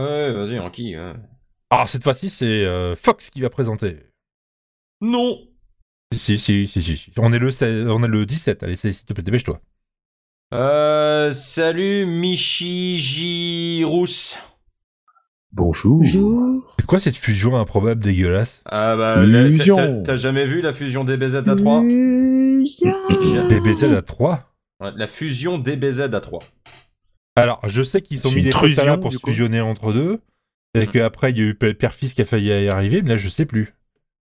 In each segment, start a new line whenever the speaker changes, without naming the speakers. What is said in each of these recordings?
Ouais, vas-y, en qui ouais.
Alors Ah, cette fois-ci, c'est euh, Fox qui va présenter.
Non
Si, si, si, si, si. On est le, 16 on est le 17, allez, c'est- s'il te plaît, dépêche-toi.
euh, Salut, Michi Girous.
Bonjour.
Bonjour.
C'est quoi cette fusion improbable dégueulasse
Ah bah, la- t'as-
Fusion.
t'as- t'as jamais vu la fusion DBZ à 3
Fusion.
DBZ à 3
La fusion DBZ à 3.
Alors, je sais qu'ils ont
C'est
mis
une
les trucs là
trusion,
pour
du
se
coup.
fusionner entre deux, et
Mm.
qu'après, il y a eu Perfis qui a failli y arriver, mais là, je sais plus.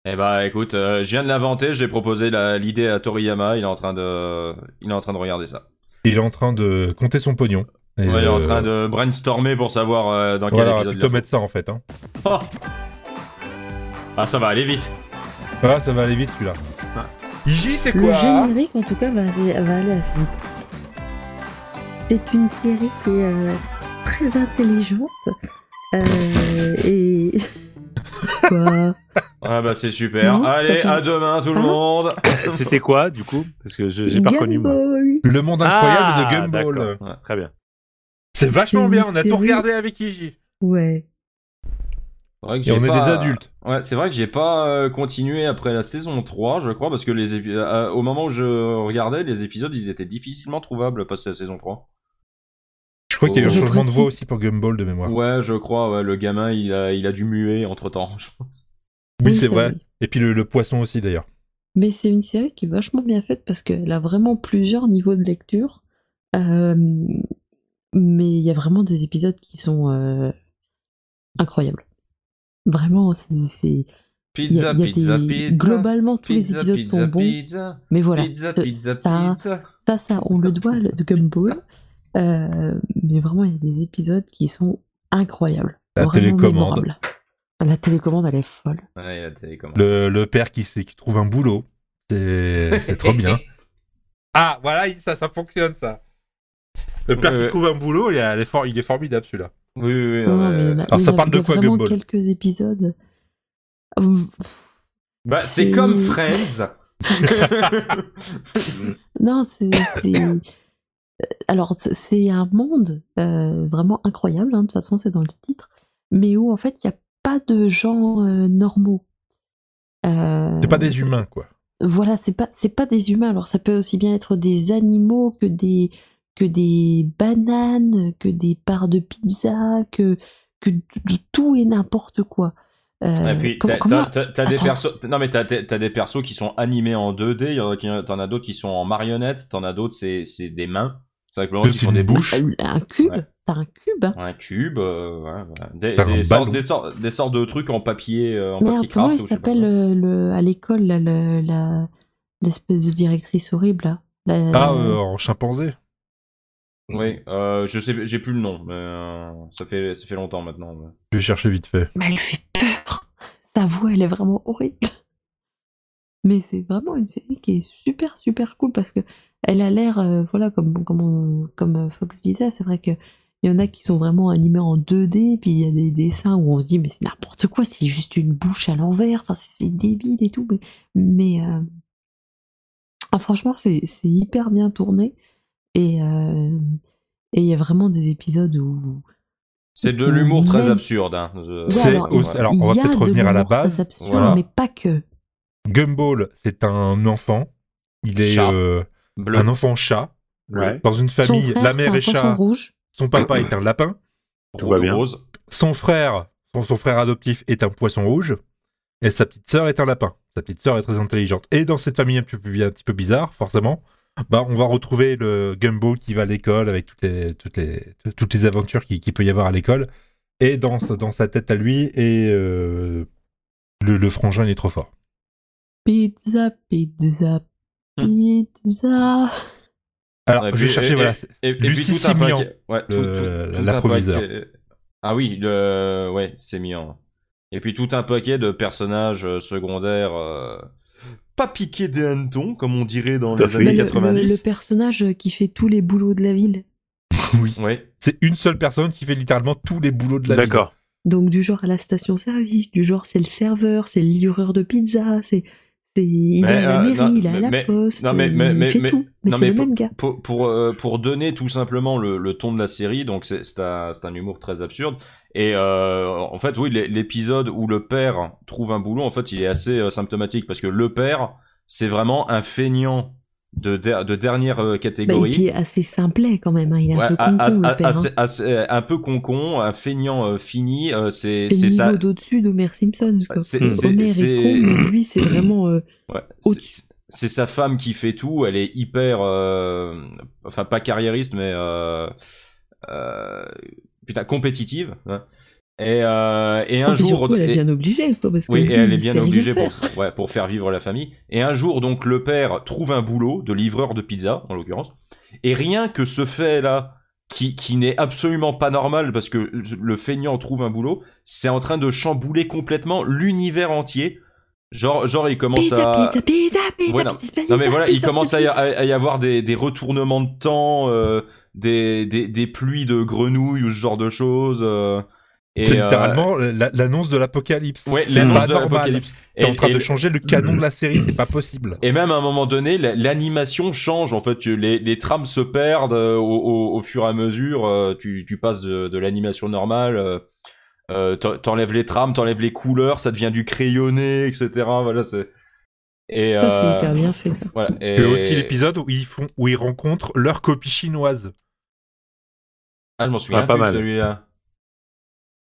Eh bah écoute, euh, je viens de l'inventer, j'ai proposé la- l'idée à Toriyama, il est en train de, il est en train de regarder ça.
Il est en train de compter son pognon. Et,
Ouais, il est en
euh,
train de brainstormer pour savoir euh, dans quel
Voilà,
épisode. il
plutôt
la
mettre ça en fait. Hein.
fera. Ah ça va aller vite.
Voilà, Ah, ça va aller vite celui-là. J, c'est
Le
quoi
générique, en tout cas, va aller, va aller à fond. C'est une série qui est euh, très intelligente. euh, et. Quoi
Ah bah c'est super.
Mm-hmm.
Non,
Allez,
attends.
à demain tout le
Hein
monde.
Eh, C'était quoi, du coup Parce que je- j'ai pas
Game
reconnu, moi.
Boy.
Le monde incroyable
Ah,
de Gumball.
d'accord. Très bien.
C'est vachement
C'est
bien,
une
on a tout
série.
regardé avec Iji.
Ouais.
C'est vrai que
Et on
j'ai
est
pas-
des adultes.
Ouais, c'est vrai que j'ai pas euh, continué après la saison 3, je crois, parce que les épi- euh, au moment où je regardais, les épisodes, ils étaient difficilement trouvables passé la saison 3.
Je crois qu'il y a eu un
Je
changement de voix
précise.
aussi pour Gumball de mémoire.
Ouais, je crois, ouais, le gamin, il a, il a dû muer entre-temps.
Oui,
Oui,
c'est
ça,
vrai.
oui.
Et puis le, le poisson aussi d'ailleurs.
Mais c'est une série qui est vachement bien faite parce qu'elle a vraiment plusieurs niveaux de lecture. Euh, mais il y a vraiment des épisodes qui sont euh, incroyables. Vraiment, c'est. c'est- il y a-
Pizza,
il y a
pizza,
des-
pizza.
Globalement, tous
pizza,
les épisodes
pizza,
sont bons.
pizza,
mais voilà,
pizza,
ce-
pizza,
ça,
pizza.
ça, ça, on
Pizza,
le doit
pizza,
de Gumball.
pizza.
Euh, mais vraiment, il y a des épisodes qui sont incroyables.
La
Vraiment
télécommande.
mémorables. La télécommande, elle est folle.
Ouais, la télécommande.
Le, le père qui, s'est- qui trouve un boulot. C'est c'est trop bien. Ah voilà, il- ça, ça fonctionne ça. Le père
Ouais,
qui
ouais.
trouve un boulot, il, a- il est for- il est formidable celui-là.
Oui, oui, oui.
Non,
ouais.
mais il y en a-
Alors,
il y
ça
en a-
parle
il y
de
a
quoi,
vraiment
Gumball
quelques épisodes. Euh,
Bah, c'est
C'est-
comme Friends.
Non, c'est. c'est- euh, Alors, c'est- c'est un monde euh, vraiment incroyable, hein, de toute façon, c'est dans le titre, mais où en fait, il n'y a pas de gens euh, normaux. Euh,
C'est pas des humains quoi.
Voilà, c'est pas, c'est pas des humains, alors ça peut aussi bien être des animaux que des, que des bananes, que des parts de pizza, que, que de- de tout et n'importe quoi. Euh,
Et puis,
comment-
t'as-
comment-
t'as t'as- t'as des
Attends.
persos. Non, mais t'as t'as- t'as des persos qui sont animés en 2D. y en a qui- T'en as d'autres qui sont en marionnettes. T'en as d'autres, c'est c'est des mains. C'est vrai que
Deux,
qui
c'est
font
une
des
bouche.
Euh, Un cube,
Ouais.
t'as un cube, hein.
Un cube, euh, ouais, ouais. Des,
T'as un
des, sortes,
ballon.
des, sortes, des sortes de trucs en papier, euh, en
Merde,
papier
comment
craft.
il
ou je sais pas
s'appelle
quoi.
euh, le, à l'école, là, le- la- l'espèce de directrice horrible là La-
Ah
la-
euh, en chimpanzé.
Oui, euh, je sais, j'ai plus le nom, mais euh, ça fait ça fait longtemps maintenant. mais.
Je vais chercher vite fait.
Mais elle fait peur Sa voix, elle est vraiment horrible Mais c'est vraiment une série qui est super, super cool parce que elle a l'air, euh, voilà, comme, comme, on- comme euh, Fox disait, c'est vrai que il y en a qui sont vraiment animés en 2D, puis il y a des dessins où on se dit, mais c'est n'importe quoi, c'est juste une bouche à l'envers, enfin, c'est débile et tout, mais, mais, euh, ah, franchement, c'est c'est hyper bien tourné, et euh, et il y a vraiment des épisodes où...
C'est de
Ou
l'humour très
même-
absurde. Hein. euh,
C'est
voilà.
aussi- alors,
il
on va
y a
peut-être
de
revenir à la
l'humour
base.
très absurde,
Voilà.
mais pas que.
Gumball, c'est un enfant. Il est
Chat.
euh,
Bleu.
un enfant chat
Ouais.
dans une
Son
famille.
frère,
la
c'est
mère
un
est
cochon
chat.
rouge.
Son papa est un lapin.
Tout va bien.
Rose.
son frère, son, son frère adoptif est un poisson rouge, et sa petite sœur est un lapin. Sa petite sœur est très intelligente. Et dans cette famille un petit peu, un petit peu bizarre, forcément, bah, on va retrouver le Gumbo qui va à l'école avec toutes les, toutes les, toutes les aventures qu'il qui peut y avoir à l'école. Et dans, sa- dans sa tête à lui, et euh, le, le frangin, il est trop fort.
Pizza, pizza,
Hmm.
pizza.
Alors,
Et
je
puis-
vais chercher,
et-
voilà.
Et, et puis
Lucie
tout un
Sémillan,
paquet- ouais, tout-
le-
tout- tout un
l'improviseur.
paquet- Ah oui, le ouais, c'est mignon. Et puis tout un paquet de personnages euh, secondaires euh, pas piqués des hannetons comme on dirait dans
Tout à
les
fait.
années
le, le- le
90.
personnage qui fait tous les boulots de la ville.
Oui.
Oui.
C'est une seule personne qui fait littéralement tous les boulots de la vie.
D'accord.
Donc du genre à la station-service, du genre c'est le serveur, c'est le livreur de pizza, c'est c'est C'est... Il
Mais,
est à la
euh,
mairie,
non,
il est à la
mais-
poste,
non, mais- mais-
il
mais-
fait
mais-
tout. Mais
non,
c'est
mais
le
pour-
même gars. Bah,
Pour, pour, euh, pour donner tout simplement le, le ton de la série, donc c'est c'est un, c'est un humour très absurde. Et euh, en fait, oui, l'é- l'épisode où le père trouve un boulot, en fait, il est assez euh, symptomatique parce que le père, c'est vraiment un feignant de, der- de dernière euh,
Bah, et
catégorie.
puis assez simplet quand même, hein, il est
Ouais,
un peu
a-
con
a- a-
le père. hein.
assez- assez- un peu concon, un feignant euh, fini, euh, c'est
C'est
c'est
le
ça.
niveau d'au-dessus d'Homer Simpson. Quoi.
C'est- c'est-
Homer est,
c'est-
con, mais lui, c'est vraiment. euh,
Ouais,
Au-dessus.
c'est- C'est sa femme qui fait tout, elle est hyper. euh, enfin, pas carriériste, mais. euh, euh, putain, compétitive. hein. Et, euh, et un
puis
jour.
surtout, elle est
et-
bien obligée, quoi, parce que
oui,
lui,
et elle est
il
bien
sait rien
obligée pour,
faire.
ouais, pour faire vivre la famille. Et un jour, donc, le père trouve un boulot de livreur de pizza, en l'occurrence. Et rien que ce fait-là, qui, qui n'est absolument pas normal parce que le feignant trouve un boulot, c'est en train de chambouler complètement l'univers entier. Genre, genre, il commence à.
Pizza, pizza, pizza, pizza,
Ouais,
pizza, pizza,
Non mais voilà, il
pizza,
commence à y,
pizza.
à y avoir des, des retournements de temps, euh, des, des, des pluies de grenouilles ou ce genre de choses. euh, et,
C'est
euh,
littéralement la- l'annonce de l'apocalypse.
ouais,
C'est
l'annonce
pas
de
normal.
l'apocalypse.
T'es en train
Et-
de
et-
changer le canon de la série, c'est pas possible.
Et même à un moment donné, la- l'animation change. En fait, tu- les, les trames se perdent euh, au, au- au fur et à mesure. euh, tu, tu passes de, de l'animation normale. euh, euh, t'en- t'enlèves les trames, t'enlèves les couleurs, ça devient du crayonné, etc. Voilà, c'est. Et
Ça, c'est
euh,
hyper bien fait, ça.
voilà. Et
Il y a aussi l'épisode où ils font, où ils rencontrent leur copie chinoise.
Ah, je m'en souviens
pas
plus de
mal.
celui-là.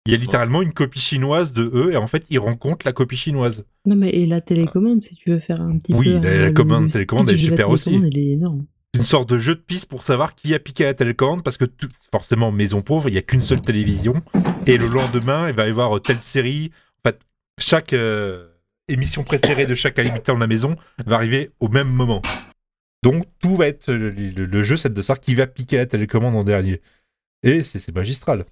Il y a littéralement une copie chinoise de eux et en fait ils rencontrent la copie chinoise.
Non, mais et la télécommande, si tu veux faire un petit
Oui,
peu.
la-
euh,
la
le-
commande-
le
télécommande, elle est
speech de la
super aussi.
télécommande, Elle est énorme.
C'est une sorte de jeu de piste pour savoir qui a piqué la télécommande parce que tout- forcément maison pauvre, il y a qu'une seule télévision et le lendemain il va y avoir euh, telle série. En fait, chaque euh, émission préférée de chaque habitant de la maison va arriver au même moment. Donc tout va être euh, le, le- le jeu, c'est de savoir qui va piquer la télécommande en dernier. Et c'est c'est magistral.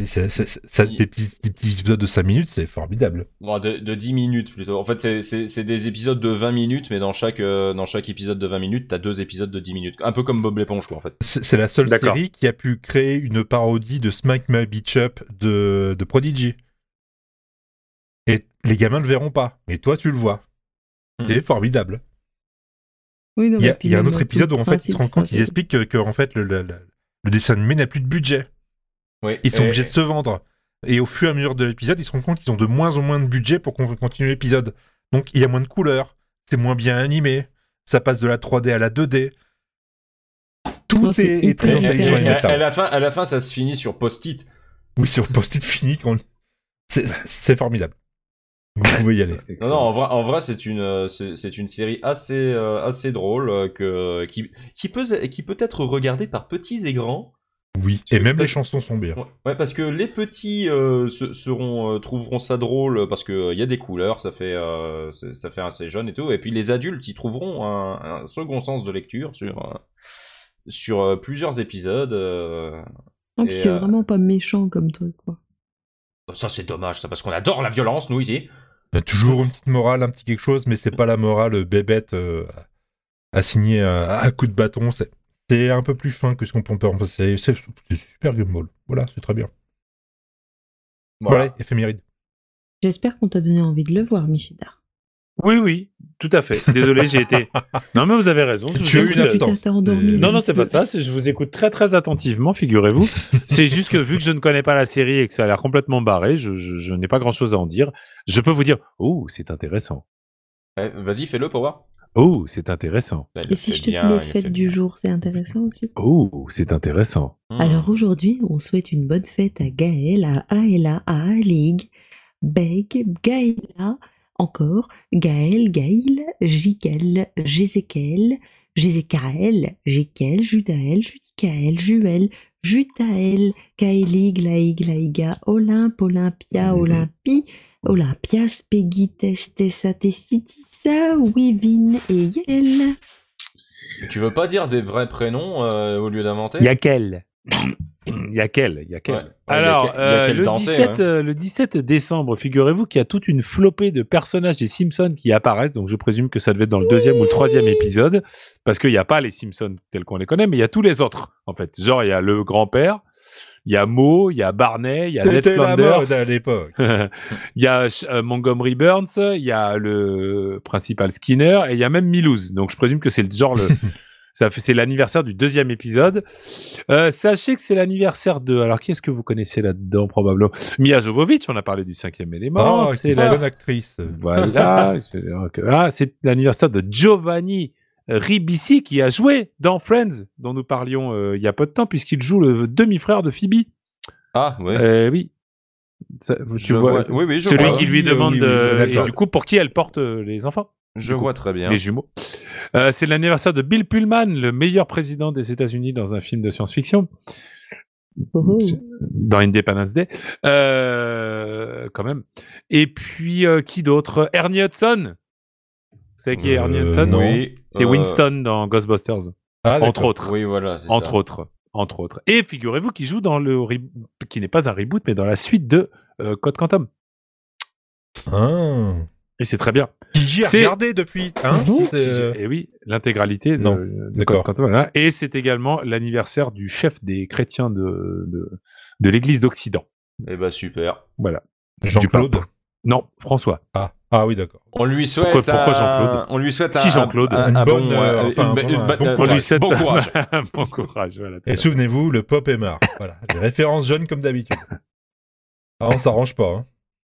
Et c'est- c'est- c'est- ça, des petits, des petits épisodes de 5 minutes, c'est formidable.
Bon, de, de 10 minutes plutôt. En fait, c'est- c'est c'est des épisodes de 20 minutes, mais dans chaque, euh, dans chaque épisode de 20 minutes, t'as deux épisodes de 10 minutes. Un peu comme Bob l'éponge, quoi, en fait.
C'est c'est la seule
D'accord.
série qui a pu créer une parodie de Smack My Beach Up de, de Prodigy. Et les gamins ne le verront pas, mais toi tu le vois.
Hmm.
C'est formidable.
Oui, non,
Il y
mais
a,
puis
il y a un
même
autre
tout
épisode où
le
en fait ils
principe,
se rendent compte,
enfin,
ils
c'est-
expliquent que, que, en fait le, le- le- le dessin animé n'a plus de budget.
Oui.
Ils sont
Et-
obligés de se vendre. Et au fur et à mesure de l'épisode, ils se rendent compte qu'ils ont de moins en moins de budget pour qu'on continue l'épisode. Donc il y a moins de couleurs, c'est moins bien animé, ça passe de la 3D à la 2D. Tout
Non, c'est
est, est
et-
très
hyper
intelligent.
et-
et
et-
méta.
à, la fin, à la fin, ça se finit sur post-it.
Oui, sur post-it fini. qu'on- C'est- C'est formidable. Vous pouvez y aller.
Non, non, en vrai, en vrai c'est une, euh, c'est c'est une série assez, euh, assez drôle euh, que, qui, qui, peut, qui peut être regardée par petits et grands.
Oui.
Parce
Et
que
même les
parce-
chansons sont bien.
Ouais, ouais, parce que les petits euh, se- seront, euh, trouveront ça drôle parce que euh, y a des couleurs, ça fait, euh, c'est- ça fait assez jeune et tout. Et puis les adultes, ils trouveront un, un second sens de lecture sur, euh, sur euh, plusieurs épisodes. euh.
Non, puis
et,
c'est
euh,
vraiment pas méchant comme truc, quoi.
Ça, c'est dommage, ça, parce qu'on adore la violence, nous, ici.
Il y a toujours une petite morale, un petit quelque chose, mais c'est pas la morale bébête euh, assignée à, à coup de bâton. C'est c'est un peu plus fin que ce qu'on peut en penser. C'est c'est super Game Ball. Voilà, c'est très bien. Voilà,
Voilà.
éphéméride.
J'espère qu'on t'a donné envie de le voir, Michida.
Oui, oui, tout à fait. Désolé, j'ai été. Non, mais vous avez raison. je
Tu
vous
as eu
écoute,
une
euh,
absence.
t'as endormi.
Euh,
Non, non, c'est pas ça. c'est- Je vous écoute très, très attentivement, figurez-vous. C'est juste que vu que je ne connais pas la série et que ça a l'air complètement barré, je, je- je n'ai pas grand-chose à en dire. Je peux vous dire, oh, c'est intéressant.
Ouais, Eh, Vas-y, fais-le pour voir.
Oh, c'est intéressant.
Bah, il
Et
le
si
fait
je te
bien,
dis les
il le fait
fêtes du
bien.
jour, c'est intéressant aussi.
Oh, c'est intéressant.
Hmm.
Alors aujourd'hui, on souhaite une bonne fête à Gaël, à Aela, à Alig, Beg, Gaëla, encore, Gaël, Gaïl, Jigel, Jézékel, Jézékaël, Jékel, Judaël, Judicaël, Juel, Jutaël, Kaélig, Laïg, Laïga, Olympe, Olympia,
Mhm.
Olympi, Olympias, Pegites, Tessatessitissa, Wivin et Yael.
Tu veux pas dire des vrais prénoms euh, au lieu d'inventer
Il y a quel Il y a quel Il y a quel
Ouais. Ouais, il y a
Alors,
quel- il y a
euh,
quel
le,
danser,
17,
hein.
euh, le 17 décembre, figurez-vous qu'il y a toute une flopée de personnages des Simpsons qui apparaissent. Donc, je présume que ça devait être dans le deuxième ou le troisième épisode. Parce qu'il n'y a pas les Simpsons tels qu'on les connaît, mais il y a tous les autres, en fait. Genre, il y a le grand-père, Il y a Moe, il y a Barney, il y a Ned
C'était la mode à
Flanders,
l'époque.
il y a euh, Montgomery Burns, il y a le principal Skinner et il y a même Milouz. Donc je présume que c'est le genre le. ça fait- C'est l'anniversaire du deuxième épisode. Euh, sachez que c'est l'anniversaire de. Alors, qui est-ce que vous connaissez là-dedans, probablement Mia Jovovich, on a parlé du cinquième élément.
Oh,
Ah, c'est
c'est
la
la bonne actrice.
voilà. Je- Ah, c'est l'anniversaire de Giovanni Ribisi qui a joué dans Friends, dont nous parlions euh, il y a peu de temps, puisqu'il joue le demi-frère de Phoebe.
Ah, ouais.
Euh, oui. Ça- tu
Je
vois-
vois- oui, oui, je
celui
vois.
qui lui
Oui, oui,
demande,
oui, oui,
euh,
d'accord.
et du coup, pour qui elle porte euh, les enfants,
Je vois très bien.
les jumeaux. Euh, c'est l'anniversaire de Bill Pullman, le meilleur président des États-Unis dans un film de science-fiction
Oh,
C'est- dans Independence Day, Euh, quand même. Et puis, euh, qui d'autre Ernie Hudson Vous savez qui est Ernie
Euh,
Hudson
non.
Oui,
C'est
euh,
Winston dans Ghostbusters,
Ah,
entre
d'accord.
autres.
Oui, voilà, c'est
Entre
ça.
autres. Entre autres. Et figurez-vous qu'il joue dans le. re- qui n'est pas un reboot, mais dans la suite de euh, Code Quantum.
Ah.
Et c'est très bien.
Qui j'y ai
C'est-
regardé depuis. Hein
Qui-
Euh,
Et oui, l'intégralité de,
Non,
de Code
d'accord.
Quantum. voilà. Et c'est également l'anniversaire du chef des chrétiens de, de, de l'Église d'Occident.
Eh bah, super.
Voilà.
Jean-Claude.
Non, François.
Ah. ah oui, d'accord.
On lui souhaite
Pourquoi- pourquoi
un-
Jean-Claude
On lui souhaite
Qui
un-
Jean-Claude
un-
Une
un
bonne,
bon,
euh, enfin,
une be-
un
une
bon-
bonne-
bon
euh,
On lui
courage.
souhaite
Bon courage.
bon courage, voilà. euh, tout à
Et
fait.
souvenez-vous, le pop est marre. Voilà, les références jeunes comme d'habitude. Ah, on s'arrange pas. hein.